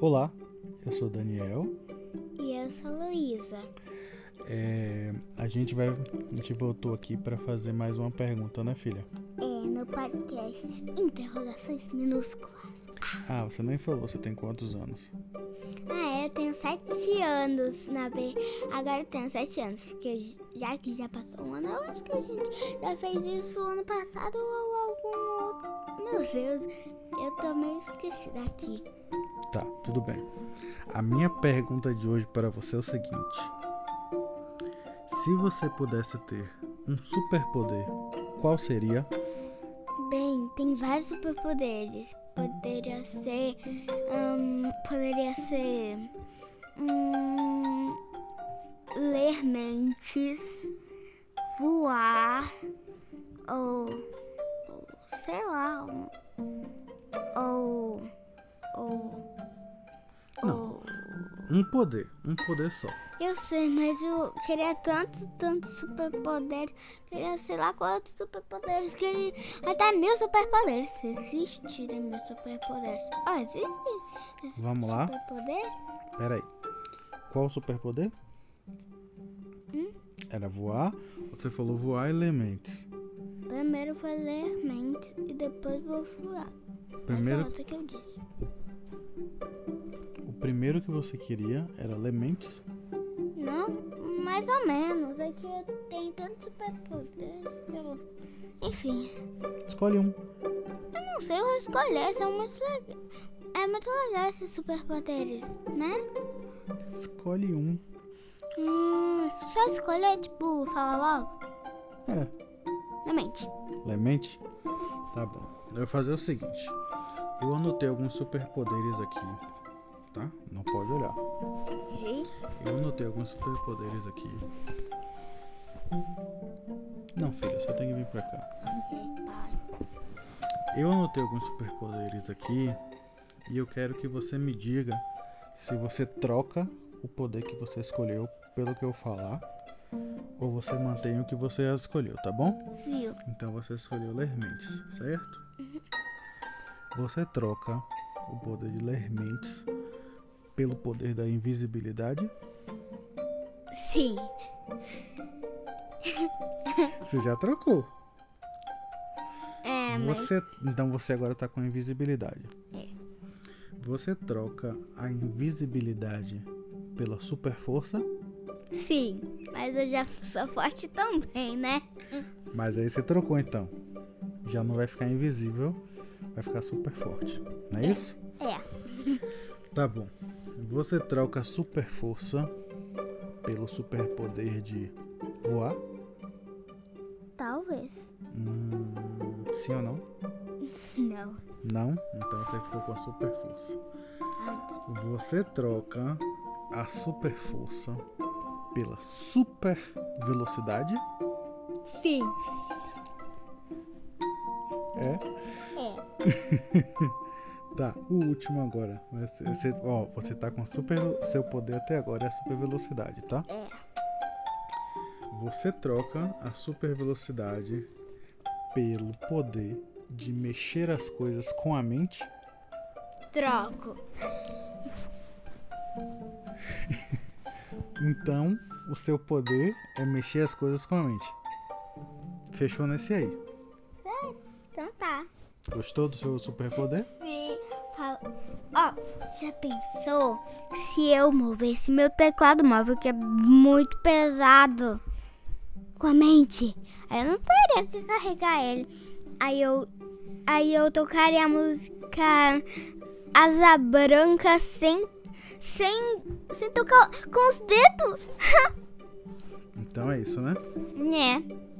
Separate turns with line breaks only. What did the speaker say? Olá, eu sou Daniel.
E eu sou a Luísa.
É, a gente vai, a gente voltou aqui para fazer mais uma pergunta, né, filha?
É no podcast Interrogações Minúsculas.
Ah, você nem falou, você tem quantos anos?
Ah, é, eu tenho sete anos na B. Agora eu tenho sete anos, porque j- já que já passou um ano, eu acho que a gente já fez isso ano passado ou algum outro. Meu Deus, eu tô meio esquecida aqui.
Tá, tudo bem. A minha pergunta de hoje para você é o seguinte: Se você pudesse ter um superpoder, qual seria?
Bem, tem vários superpoderes. Poderia ser. ahn, poderia ser. hum, ler mentes. Voar. Ou. ou, sei lá. um- Ou. Ou.
Não.
ou-
Um poder, um poder só.
eu sei, mas eu queria tanto, tanto superpoderes. Queria sei lá quantos superpoderes. Queria até mil superpoderes. Se existirem mil superpoderes. Ó, existem esses
Vamos lá?
superpoderes?
Pera aí. Qual o superpoder? Era voar. Você falou voar elementos.
Primeiro foi ler mente e depois vou voar.
Primeiro,
Essa outra que eu disse.
o primeiro que você queria era elementos.
Não, mais ou menos. É que eu tenho tantos superpoderes. que eu- Enfim.
Escolhe um.
Não sei eu escolher, são muito legais. É muito legal esses superpoderes, né?
Escolhe um.
Hum, só escolher, tipo, falar logo
É,
na mente.
Lemente? Tá bom. Eu vou fazer o seguinte. Eu anotei alguns superpoderes aqui, tá? Não pode olhar. Eu anotei alguns superpoderes aqui. Não, filha, você tem que vir pra cá. Eu anotei alguns superpoderes aqui e eu quero que você me diga se você troca o poder que você escolheu pelo que eu falar ou você mantém o que você escolheu, tá bom?
Viu?
Então você escolheu ler mentes, certo? Você troca o poder de ler mentes pelo poder da invisibilidade?
Sim.
Você já trocou.
É, mas É.
Você, então você agora tá com invisibilidade. Você troca a invisibilidade pela super força,
sim. Mas eu já sou forte também, né?
mas aí você trocou então. Já não vai ficar invisível, vai ficar super forte. Não é isso?
É.
Tá bom. Você troca a super força pelo super poder de voar?
Talvez.
Hum, sim ou não?
Não.
Não? Então você ficou com a super força.
Ah, então.
Você troca a super força pela super velocidade?
Sim.
É.
É.
Tá, o último agora. Você, você- ó, você tá com a super. Seu poder até agora é a super velocidade, tá?
É.
Você troca a super velocidade pelo poder de mexer as coisas com a mente.
Troco.
Então, o seu poder é mexer as coisas com a mente. Fechou nesse aí.
Então tá.
Gostou do seu superpoder?
Sim. Fala- Ó, já pensou se eu movesse meu teclado móvel, que é muito pesado, com a mente? Aí eu não teria que carregar ele. Aí eu, aí eu tocaria a música Asa Branca sem, sem, sem tocar com os dedos.
Então é isso, né?
né?